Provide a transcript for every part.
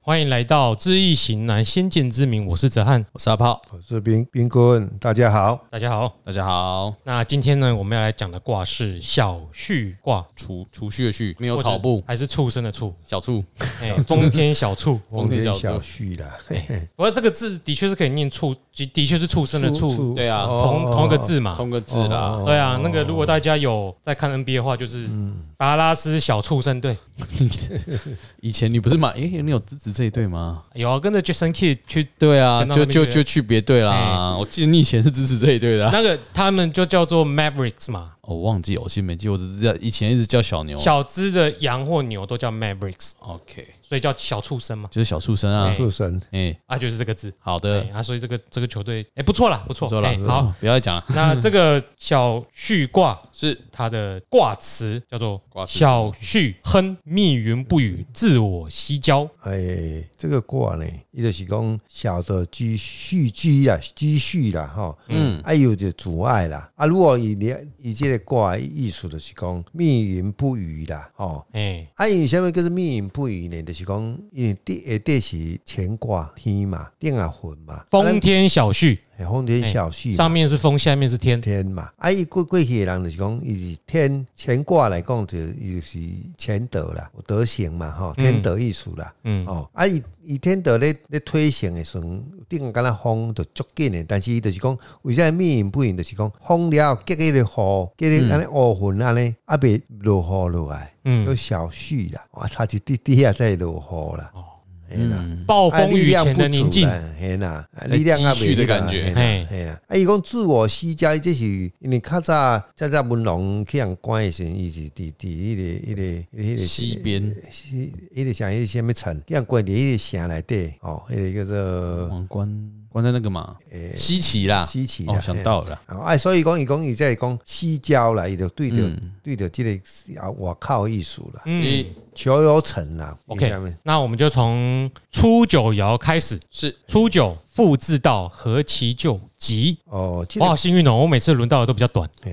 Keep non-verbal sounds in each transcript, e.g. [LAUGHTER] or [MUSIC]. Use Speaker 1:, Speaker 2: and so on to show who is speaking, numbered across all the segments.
Speaker 1: 欢迎来到知易行难，先见之明。我是泽汉，
Speaker 2: 我是阿炮，
Speaker 3: 我是兵兵哥问大家好，
Speaker 1: 大家好。
Speaker 2: 大家好。
Speaker 1: 那今天呢，我们要来讲的卦是小畜卦，
Speaker 2: 除除去的去，没有
Speaker 1: 或者
Speaker 2: 草布，
Speaker 1: 还是畜生的 [LAUGHS] 畜？
Speaker 2: 小畜，
Speaker 1: 哎，风天小 [LAUGHS] 哎畜。
Speaker 2: 丰田小
Speaker 3: 小
Speaker 2: 子
Speaker 3: 旭啦，
Speaker 1: 不过这个字的确是可以念畜，的的确是畜生的畜，
Speaker 2: 对啊
Speaker 3: 哦
Speaker 2: 哦
Speaker 1: 同同一个字嘛。
Speaker 2: 通个字啦。
Speaker 1: 对啊，那个如果大家有在看 NBA 的话，就是达拉斯小畜生队
Speaker 2: 以前你不是买？诶，哎你有支持这一队吗？
Speaker 1: 有啊，跟着 Jason Kidd 去
Speaker 2: 对啊，
Speaker 1: 跟他
Speaker 2: 就
Speaker 1: 们
Speaker 2: 就
Speaker 1: 那个
Speaker 2: 就去别队啦。我记得你以前是支持这一队的啊。
Speaker 1: 那个，他们就叫做 Mavericks 嘛，
Speaker 2: 哦我忘记，我其实没记，我只是叫以前一直叫小牛。
Speaker 1: 小只的羊或牛都叫 Mavericks，
Speaker 2: OK，
Speaker 1: 所以叫小畜生嘛。
Speaker 2: 就是小畜生啊
Speaker 1: 哎。
Speaker 3: 畜生，
Speaker 2: 诶，
Speaker 1: 啊，就是这个字。
Speaker 2: 好
Speaker 1: 对
Speaker 2: 的，
Speaker 1: 啊，所以这个这个球队，哎，不错啦，不错
Speaker 2: 不，错了
Speaker 1: 哎，
Speaker 2: 不
Speaker 1: 好
Speaker 2: 错，，不要再讲了。
Speaker 1: 那这个小序卦
Speaker 2: 是
Speaker 1: 它的卦辞叫做“
Speaker 2: 卦辞
Speaker 1: 小序亨，密云不雨，自我西郊
Speaker 3: 哎，这个卦呢，伊就是讲小的积蓄积啊，积蓄啦，吼，嗯，啊有点阻碍啦，啊，如果以你以这个卦的意思就是讲密云不雨啦，吼。”。
Speaker 2: 嗯
Speaker 1: 哎，
Speaker 3: 啊，因为什么叫做密云不雨呢？就是讲，因为地下底是乾卦天嘛，定啊魂嘛，
Speaker 1: 风哎天小序，
Speaker 3: 啊咱风天小旭嘛
Speaker 1: 上面是风，下面是天。
Speaker 3: 天嘛，啊，伊过过去的人就是讲，伊是天乾卦来讲，就是伊就是乾德啦，有德行嘛，吼，天德意思啦，
Speaker 1: 嗯
Speaker 3: 哦，啊，伊伊天德咧咧推行的时阵，顶敢若风就足紧的，但是伊就是讲，为啥密云不云，就是讲风了后结迄个雨，结迄安尼乌云安尼，啊，袂落雨落来，有
Speaker 1: 嗯嗯，
Speaker 3: 小絮啦，啊，差一滴滴啊，再落雨啦，哦，哎啦。
Speaker 2: 嗯，
Speaker 1: 暴
Speaker 3: 啊
Speaker 1: 风
Speaker 3: 力
Speaker 1: 雨
Speaker 3: 量
Speaker 1: 前
Speaker 3: 不
Speaker 1: 的
Speaker 3: 足
Speaker 1: 宁静。
Speaker 3: 啦，嘿啦，啊
Speaker 2: 在
Speaker 3: 力量啊，
Speaker 2: 哎积蓄的
Speaker 3: 袂啦
Speaker 2: 感觉
Speaker 3: 嘿
Speaker 1: 嘿
Speaker 3: 啦，嘿啦。啊，伊讲自我施加，这是因为较早较早文龙去人关的时候，伊是伫伫迄个迄个迄个
Speaker 2: 西边
Speaker 3: 西，迄个啥迄个啥物城，去人关伫迄个城内底，哦，迄个叫做
Speaker 2: 王关关在那个嘛，西奇啦，
Speaker 3: 呃西岐
Speaker 2: 哦，
Speaker 3: 啦。
Speaker 2: 想
Speaker 3: 嘿
Speaker 2: 到了啦，
Speaker 3: 啊，哎，所以讲，伊讲伊在讲西郊啦，伊就对着
Speaker 2: 嗯
Speaker 3: 对着即个啊外口艺术啦，
Speaker 1: 嗯
Speaker 2: 一
Speaker 3: 求有成啦。
Speaker 1: ，OK
Speaker 3: 你知道吗。
Speaker 1: 那我们就从初九爻开始。
Speaker 2: 是
Speaker 1: 初九，复自道，合其就吉。
Speaker 3: 哦，这
Speaker 1: 我
Speaker 3: 个
Speaker 1: 好幸运哦，我每次轮到的都比较
Speaker 2: [LAUGHS]
Speaker 1: 短。
Speaker 3: 嘿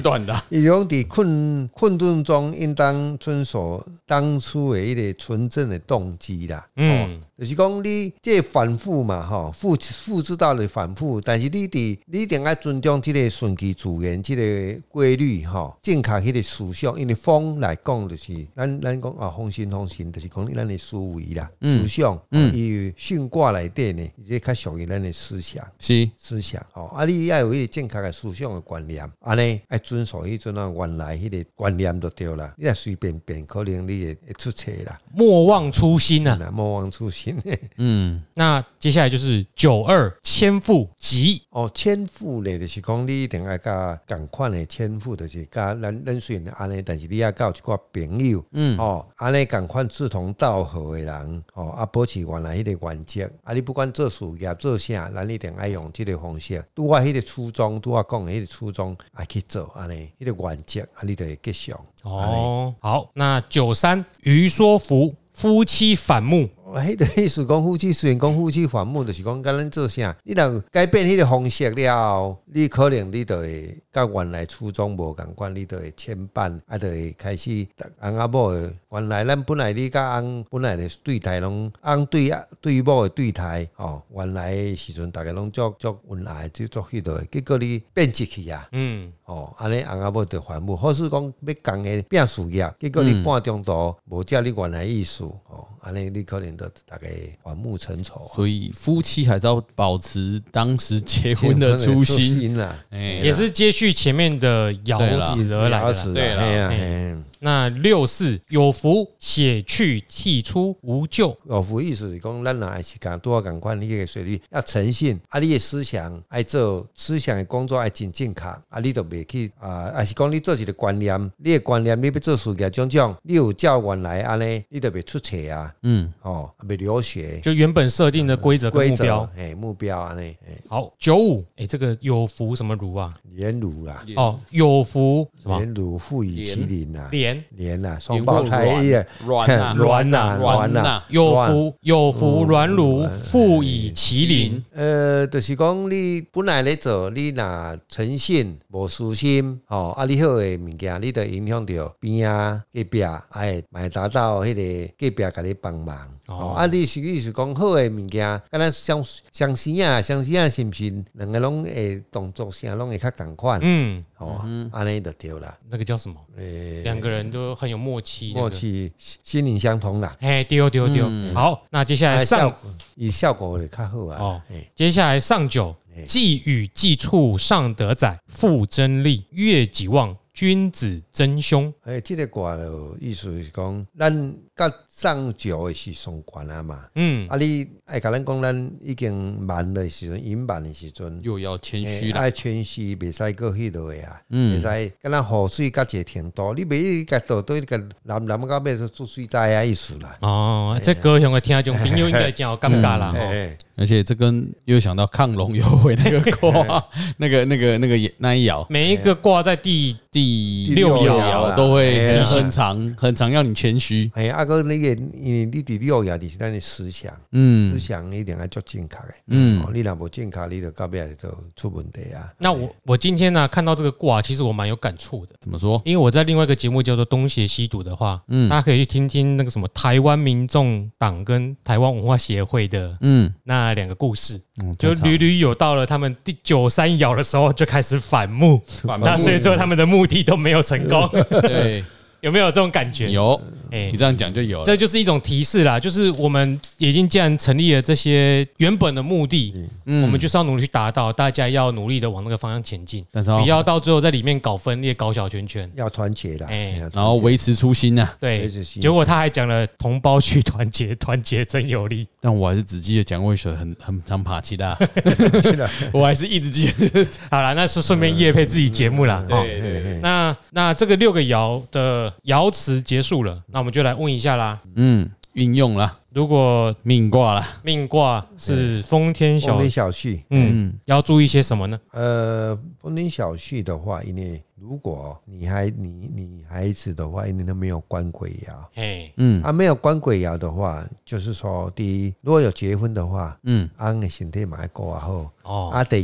Speaker 2: 短的啊。
Speaker 3: 伊讲伫困困顿中，应当遵守当初的迄个纯正的动机啦。
Speaker 1: 嗯，
Speaker 3: 就是讲你这个反复嘛，吼，复复制到的反复，但是你伫你一定要尊重这个顺其自然，这个规律，吼，正确迄个思想，因为风来讲就是咱咱讲啊，风行风行，就是讲咱的思维啦，思想，嗯，伊巽卦内底呢，伊这较属于咱的思想。
Speaker 2: 是
Speaker 3: 思想吼、啊，你要有迄个正确的思想的观念，安尼爱遵守迄阵啊原来迄个观念就对啦。你若随便变，可能你会会出错啦，
Speaker 1: 莫忘初心啊。
Speaker 3: 那莫忘初心。
Speaker 2: 嗯，
Speaker 1: 那接下来就是九二千富吉，
Speaker 3: 哦，千富呢，就是讲你一定要甲共款的千富，就是甲咱咱虽然安尼，但是你也交一寡朋友，嗯，哦，安尼共款志同道合的人，哦，啊，保持原来迄个原则，啊，你不管做事业做啥，咱一定爱用即个方式，拄啊迄个初衷，拄啊讲的迄个初衷，啊去做安尼，迄、个原则，啊，你就会吉祥。
Speaker 1: 哦，好，那九三鱼说服夫妻反目，
Speaker 3: 哦迄个意思讲夫妻，虽然讲夫妻反目，就是讲甲咱做啥，你若改变迄个方式了后，你可能你就会甲原来初衷无共款，你就会牵绊，啊，就会开始翁仔某的原来咱本来你甲翁本来的对待拢翁对啊对某的对待，吼、原来的时阵逐个拢足足恩爱，足足迄落的，结果你变一去啊，
Speaker 1: 嗯，
Speaker 3: 哦，安尼翁仔某就反目，或是讲要共个拼事业，结果
Speaker 2: 嗯
Speaker 3: 你半中途无照你原来意思，哦，安尼你可能就大概反目成仇啊。
Speaker 2: 所以夫妻还是要保持当时结婚的初
Speaker 3: [LAUGHS]
Speaker 2: 心。
Speaker 3: 啦，
Speaker 2: 哎，
Speaker 1: 也是接续前面的
Speaker 2: 对
Speaker 1: 爻
Speaker 2: 啦
Speaker 1: 辞而来的啦。
Speaker 3: 死
Speaker 2: 对啦
Speaker 3: 哎呀，
Speaker 1: 嘿
Speaker 3: 嘿
Speaker 1: 那六四有福，写去剔出无咎，
Speaker 3: 有福意思是讲，咱若也是讲多共款，你个水律要诚信，啊，你的思想爱做思想的工作爱真正确，啊，你就袂去啊，也是讲你做一个观念，你的观念你要做事业种种，你有照原来安尼，你就袂出错啊，
Speaker 2: 嗯，
Speaker 3: 哦，袂流血。
Speaker 1: 就原本设定的规则跟
Speaker 3: 规
Speaker 1: 目
Speaker 3: 则
Speaker 1: 标。，
Speaker 3: 哎，目标安尼，哎，
Speaker 1: 好，九五，哎，这个有福什么如啊？
Speaker 3: 连乳啦，
Speaker 2: 连
Speaker 1: 哦，有福什么
Speaker 3: 连乳父以其麟呐，
Speaker 1: 连
Speaker 3: 连呐，双胞胎耶，
Speaker 2: 软啊，
Speaker 3: 卵呐，
Speaker 2: 卵
Speaker 3: 卵
Speaker 2: 呐
Speaker 3: 呐，
Speaker 1: 有
Speaker 3: 卵啊
Speaker 1: 福，有福软乳，父以麒麟。
Speaker 3: 呃，就是讲你本来咧做，你若诚信无私心，吼、啊，你好诶物件，你就影响着边啊隔壁，哎，会达到迄个隔壁甲你帮忙，哦，
Speaker 1: 哦，
Speaker 3: 啊，你是意思讲好诶物件，敢若相相似啊，相似啊，是毋是两个拢会动作啥拢会较共款？
Speaker 1: 嗯，
Speaker 3: 哦，安尼就对啦，
Speaker 1: 那个叫什么？
Speaker 3: 诶，
Speaker 1: 两个人都很有默契，那个
Speaker 3: 默。契心心灵相通啦，
Speaker 1: 嘿，丢丢丢。好，那接下来
Speaker 3: 啊效
Speaker 1: 上
Speaker 3: 果以效果会较好啊。
Speaker 1: 哦
Speaker 3: 哦，诶，
Speaker 1: 接下来上九，寄语寄处尚德载，复真利，悦己忘，君子真凶。
Speaker 3: 诶，即哎个卦就意思是讲，咱甲上九诶是相关啊嘛。
Speaker 1: 嗯，
Speaker 3: 啊，你爱甲咱讲，咱已经慢的时阵，隐慢的时阵，
Speaker 2: 又要谦
Speaker 3: 诶
Speaker 2: 虚啦，
Speaker 3: 爱谦虚，袂使过迄落的啊，袂
Speaker 2: 嗯，
Speaker 3: 使敢若河水甲一个程度，你袂甲倒对甲南南到尾就做水灾啊意思啦。
Speaker 1: 哦，这高雄的听众朋友应该真有尴尬啦。哦
Speaker 3: 诶，
Speaker 2: 而且这跟又想到亢龙有悔那个卦， [LAUGHS] 那个那个那个那一爻，
Speaker 1: 每一个挂在第
Speaker 2: 哎第
Speaker 3: 第
Speaker 2: 六
Speaker 3: 六爻
Speaker 2: 爻
Speaker 3: 啦
Speaker 2: 都会
Speaker 3: 哎呀
Speaker 2: 很长很长，要你谦虚，
Speaker 3: 哎，啊个你个你你伫六爻就是咱的思想，思
Speaker 2: 嗯
Speaker 3: 想你一定要足正确的。
Speaker 2: 嗯
Speaker 3: 哦，你若无正确，你就到尾就出问题啊。
Speaker 1: 那我我今天呢、看到这个卦，其实我蛮有感触的，
Speaker 2: 怎么说？
Speaker 1: 因为我在另外一个节目叫做《东邪西毒》的话，
Speaker 2: 嗯
Speaker 1: 大家可以去听听那个什么台湾民众党跟台湾文化协会的
Speaker 2: 嗯，
Speaker 1: 那两个故事，
Speaker 2: 嗯
Speaker 1: 就
Speaker 2: 太长
Speaker 1: 屡屡有到了他们第九三爻的时候就开始反目，
Speaker 2: 反
Speaker 1: 那所以最后他们的目的都没有成功，
Speaker 2: [LAUGHS]
Speaker 1: [LAUGHS]
Speaker 2: 对，
Speaker 1: 有没有这种感觉？，
Speaker 2: 有
Speaker 1: 哎
Speaker 2: 你。这样讲就有了
Speaker 1: 这，就是一种提示啦，就是我们已经既然成立了这些原本的目的，
Speaker 2: 嗯
Speaker 1: 我们就是要努力去达到，大家要努力的往那个方向前进，
Speaker 2: 但是
Speaker 1: 不
Speaker 2: 要，
Speaker 1: 要到最后在里面搞分裂、搞小圈圈。
Speaker 3: 要团结啦，
Speaker 1: 哎
Speaker 3: 哎呀
Speaker 2: 然后维持初心啊，
Speaker 1: 对
Speaker 3: 哎这，是
Speaker 1: 结果他还讲了同胞去团结，团结真有力。
Speaker 2: 但我还是只记得蒋渭水很很常爬起啦，
Speaker 3: 团结啦
Speaker 2: [LAUGHS] 我还是一直记得，
Speaker 1: 好啦，那是顺便夜配自己节目啦。哦
Speaker 2: 对
Speaker 3: 嘿嘿
Speaker 1: 那那这个六个爻的爻辞结束了，那我们就来问一下啦。
Speaker 2: 嗯，运用啦，
Speaker 1: 如果
Speaker 2: 命卦啦，
Speaker 1: 命卦是风天
Speaker 3: 风
Speaker 1: 小
Speaker 3: 林，小旭，
Speaker 1: 嗯，要注意些什么呢？
Speaker 3: 呃，风铃小旭的话，因为如果你还你你孩子的话，因为他没有官鬼爻、
Speaker 1: 嘿，
Speaker 2: 嗯
Speaker 3: 啊，没有官鬼爻的话，就是说，第一，如果有结婚的话，
Speaker 2: 嗯，
Speaker 3: 翁的身体嘛要顾啊好， [LAUGHS]
Speaker 1: 哦，
Speaker 3: 啊，第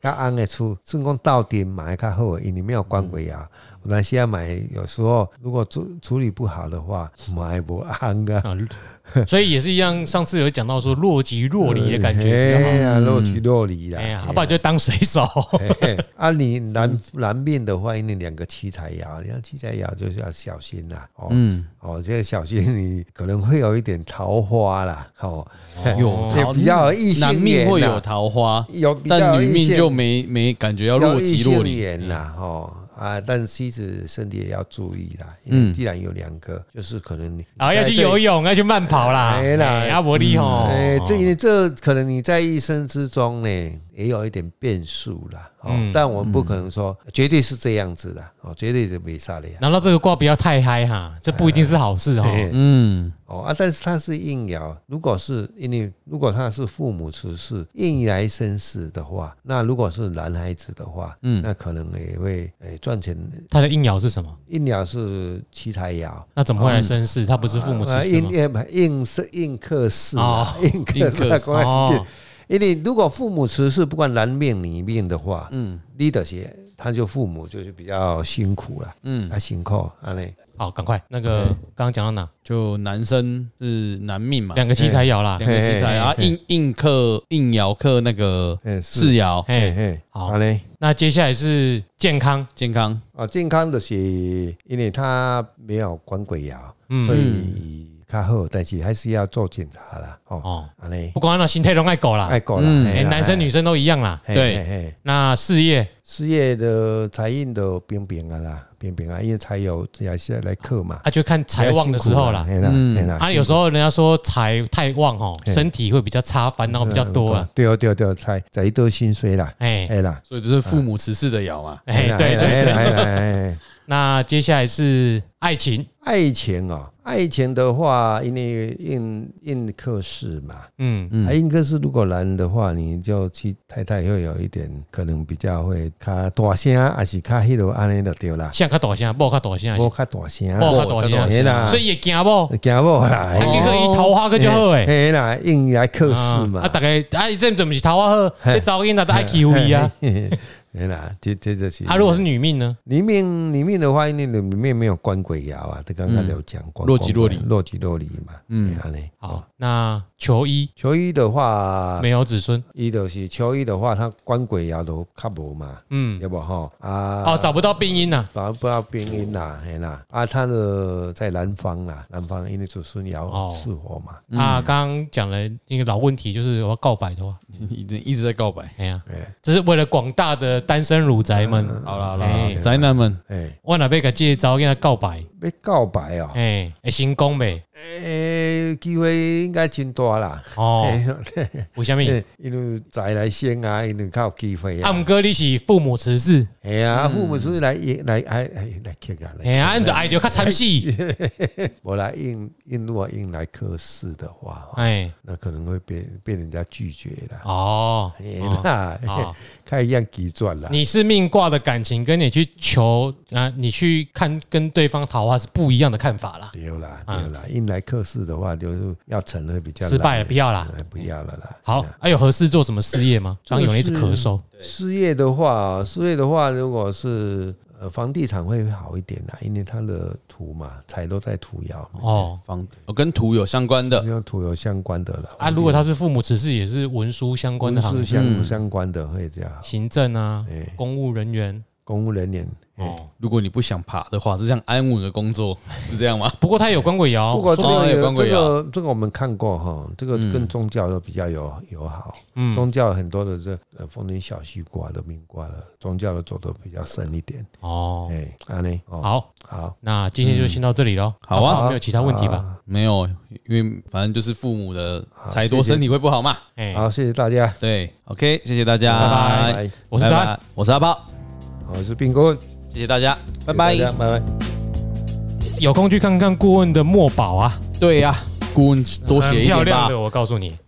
Speaker 3: 二，甲翁的厝，算讲斗阵嘛要较好，因为没有官鬼爻，
Speaker 2: 嗯
Speaker 3: 有那些买有时候如果处处理不好的话，嘛也无翁啊，
Speaker 1: 啊，所以也是一样，上次有讲到说若即若离的感觉比较
Speaker 3: 哎
Speaker 1: 好。
Speaker 3: 呀，若即若离啦，
Speaker 1: 哎呀，
Speaker 3: 嘿啊
Speaker 1: 要不然就当水手。
Speaker 3: 嘿啊，你南南面的话，因为两个七彩爻，你看七彩爻就是要小心啦。哦、
Speaker 2: 嗯，
Speaker 3: 哦，这个小心你可能会有一点桃花啦。哦，
Speaker 2: 有桃
Speaker 3: 也比较有异性
Speaker 2: 男
Speaker 3: 缘
Speaker 2: 命
Speaker 3: 呐
Speaker 2: 会有桃花，
Speaker 3: 有比较
Speaker 2: 但
Speaker 3: 有
Speaker 2: 女
Speaker 3: 异
Speaker 2: 命
Speaker 3: 性
Speaker 2: 就没没感觉要若即若
Speaker 3: 有异性
Speaker 2: 离，
Speaker 3: 缘
Speaker 1: 嗯
Speaker 3: 啦。哦啊，但妻子身体也要注意啦，因为既然有两个，就是可能你
Speaker 1: 然后要去游
Speaker 3: 泳。
Speaker 1: 泳，要去慢跑啦，
Speaker 3: 哎啦
Speaker 1: 哎阿伯利吼，哦
Speaker 3: 哎，这因为这可能你在一生之中呢，也有一点变数啦。哦，
Speaker 1: 嗯
Speaker 3: 但我们不可能说绝对是这样子的，哦，绝对是没啥的呀。
Speaker 1: 拿到这个卦不要太嗨哈，这不一定是好事哦。
Speaker 3: 哎
Speaker 2: 嗯，
Speaker 3: 哦啊，但是它是应爻，如果是因为如果他是父母出世应来生世的话，那如果是男孩子的话，嗯，那可能也会诶赚钱。
Speaker 1: 它的应爻是什么？
Speaker 3: 应爻是七财爻，
Speaker 1: 那怎么会来生事？他不是父母出
Speaker 3: 啊
Speaker 1: 世
Speaker 3: 应
Speaker 1: 吗？
Speaker 3: 应应是应克世啊，应
Speaker 2: 应
Speaker 3: 克世
Speaker 2: 克
Speaker 3: 啊，
Speaker 2: 世
Speaker 3: 讲得是对
Speaker 1: 哦
Speaker 3: 因为如果父母辞世，不管男命女命的话，嗯，你的些他就父母就是比较辛苦了，嗯，啊辛苦，安尼，
Speaker 1: 好，哦赶快，那个刚刚讲到哪？
Speaker 2: 就男生是男命嘛，
Speaker 1: 两个哦七财爻啦。
Speaker 2: 两个七彩啊，硬硬克硬爻克那个
Speaker 3: 嗯是
Speaker 2: 四爻
Speaker 3: 嘿
Speaker 1: 哎，
Speaker 3: 嘿，
Speaker 1: 好
Speaker 3: 安尼。
Speaker 1: 那接下来是健康，
Speaker 2: 健康，
Speaker 3: 啊，健康就是因为它没有管鬼药，
Speaker 1: 嗯
Speaker 3: 所以较好，但是还是要做检查啦。
Speaker 1: 哦
Speaker 3: 哦，安尼
Speaker 1: 不光那心态都爱狗啦，
Speaker 3: 爱狗啦，
Speaker 2: 嗯
Speaker 1: 哎
Speaker 3: 嘿啦
Speaker 1: 男生女生都一样啦。
Speaker 3: 嘿
Speaker 2: 对
Speaker 3: 嘿嘿
Speaker 1: 那事业
Speaker 3: 事业的财运都平平啊啦，平平啊，因为财有也是来克嘛，
Speaker 1: 啊，就看财旺的时候啦。
Speaker 3: 嘿啦，
Speaker 2: 嗯
Speaker 3: 嘿啦，
Speaker 1: 啊，有时候人家说财太旺哦，
Speaker 3: 嘿
Speaker 1: 身体会比较差，烦恼比较多啊。
Speaker 3: 对哦对哦对哦，财财多心碎啦，
Speaker 1: 哎
Speaker 3: 哎啦，
Speaker 2: 所以就是父母十四的爻嘛，
Speaker 1: 哎
Speaker 3: 嘿，啦
Speaker 1: 对
Speaker 3: 嘿啦
Speaker 1: 对。
Speaker 3: 嘿啦嘿啦嘿啦
Speaker 1: 那接下来是爱情，
Speaker 3: 爱情哦，爱情的话，因为印印克氏嘛，
Speaker 1: 嗯，
Speaker 3: 啊，应该是如果男的话，你就去太太会有一点可能比较会较大声，还是较迄落安尼就对啦，
Speaker 1: 像较大声，无较大声，
Speaker 3: 无较大声，啊
Speaker 1: 无哎哦较大
Speaker 3: 嘿
Speaker 1: 声，
Speaker 3: 啦，
Speaker 1: 所以也惊无，
Speaker 3: 惊某啦，
Speaker 1: 啊，这个伊桃花个就好诶。
Speaker 3: 嘿啦，应来克事嘛
Speaker 1: 啊啊，啊，，大家啊，伊这阵毋是头啊好，这查某囡仔都爱欺负伊啊，
Speaker 3: 嘿嘿哎啦，这这就是。
Speaker 1: 啊，如果是女命呢？
Speaker 3: 里面里面的话，因为里面没有关鬼爻啊，这刚刚有讲过，
Speaker 2: 若即若离
Speaker 3: 若即若离嘛。嗯，安尼。
Speaker 1: 好，那求一
Speaker 3: 求医的话，
Speaker 1: 没有子孙，
Speaker 3: 伊就是求医的话，他关鬼爻都较无嘛，
Speaker 1: 嗯，
Speaker 3: 要不吼啊。
Speaker 1: 哦，找不到病因呐。
Speaker 3: 不不要变音啦，嘿啦，啊，他的在南方啦，南方因为祖孙爻
Speaker 1: 哦
Speaker 3: 是火嘛，
Speaker 1: 啊，刚刚讲了一个老问题，就是我要告白的话，
Speaker 2: 一直一直在告白。
Speaker 1: 哎呀
Speaker 3: 哎，
Speaker 1: 这是为了广大的单身乳宅们，
Speaker 3: 嗯
Speaker 2: 好啦好啦
Speaker 1: 哎，
Speaker 2: 宅男们，
Speaker 3: 哎，
Speaker 1: 我哪被个借招跟他告白，
Speaker 3: 要告白哦，
Speaker 1: 哎，会成功呗？
Speaker 3: 诶，机会应该真大啦， [LAUGHS]
Speaker 1: 哦，为什么？
Speaker 3: 哎嘿因为再来先啊，因为较有机会
Speaker 1: 啊，
Speaker 3: 啊
Speaker 1: 毋，过你是父母慈氏，
Speaker 3: 哎呀，父母出去来应来哎哎来客啊，
Speaker 1: 哎
Speaker 3: 来，
Speaker 1: 呀，你就爱着较惨死，
Speaker 3: 我来应应如果啊应来客试的话，
Speaker 1: 哎，
Speaker 3: 那可能会被被人家拒绝啦，
Speaker 1: 哦，
Speaker 3: 哎
Speaker 1: 哦
Speaker 3: 啦，嘿
Speaker 1: 哦
Speaker 3: 看一样急转啦，
Speaker 1: 你是命卦的感情，跟你去求啊，你去看跟对方桃花是不一样的看法啦。
Speaker 3: 对啦，
Speaker 1: 啊
Speaker 3: 对啦，应来客试的话，就是要成会比较
Speaker 1: 失败了
Speaker 3: 难
Speaker 1: 不要啦，
Speaker 3: 哎不要了啦。
Speaker 1: 好，还有合适做什么事业吗？刚刚有人一直咳嗽，
Speaker 3: 失业的话，失业的话，如果是呃房地产会好一点啦，因为它的土嘛，财都在土窑，
Speaker 1: 哦
Speaker 2: 房哦跟土有相关的，
Speaker 3: 跟土有相关的了
Speaker 1: 啊，如果他是父母此事也是文书相关的行
Speaker 3: 是
Speaker 1: 业，嗯
Speaker 3: 相相关的会这样，
Speaker 1: 行政啊
Speaker 3: 哎，
Speaker 1: 公务人员
Speaker 3: 公务人员。
Speaker 1: 哦。
Speaker 2: 如果你不想爬的话，是这样安稳的工作， [LAUGHS] 是这样吗？
Speaker 1: 不过他有关鬼
Speaker 3: 不
Speaker 1: 爻，
Speaker 3: 过这
Speaker 2: 说到
Speaker 3: 个
Speaker 2: 有
Speaker 3: 有
Speaker 2: 关鬼
Speaker 3: 这个这个我们看过哈，这个跟宗教都比较有友好。宗教很多的这呃风铃小西瓜的命卦了，宗教的走的比较深一点。
Speaker 1: 哦。
Speaker 3: 哎，安内哦，
Speaker 1: 好，
Speaker 3: 好，
Speaker 1: 那今天就先到这里喽。
Speaker 2: 好啊
Speaker 1: 没有其他问题吧？
Speaker 2: 没有，因为反正就是父母的财
Speaker 3: 谢
Speaker 2: 多，
Speaker 3: 谢
Speaker 2: 身体会不好嘛。
Speaker 1: 哎，
Speaker 3: 好，谢谢大家，
Speaker 2: 对，OK，谢谢大家，
Speaker 1: 拜
Speaker 3: 拜
Speaker 1: 我是张安
Speaker 2: 拜拜，我是阿豹，
Speaker 3: 我是冰棍，
Speaker 2: 谢谢大家，拜
Speaker 3: 谢
Speaker 2: 拜
Speaker 3: 谢大。家拜拜。
Speaker 1: 有空去看看顾问的墨宝啊，
Speaker 2: 对呀、顾问多
Speaker 1: 很
Speaker 2: 写一
Speaker 1: 漂
Speaker 2: 点
Speaker 1: 亮
Speaker 2: 吧
Speaker 1: 的，。我告诉你。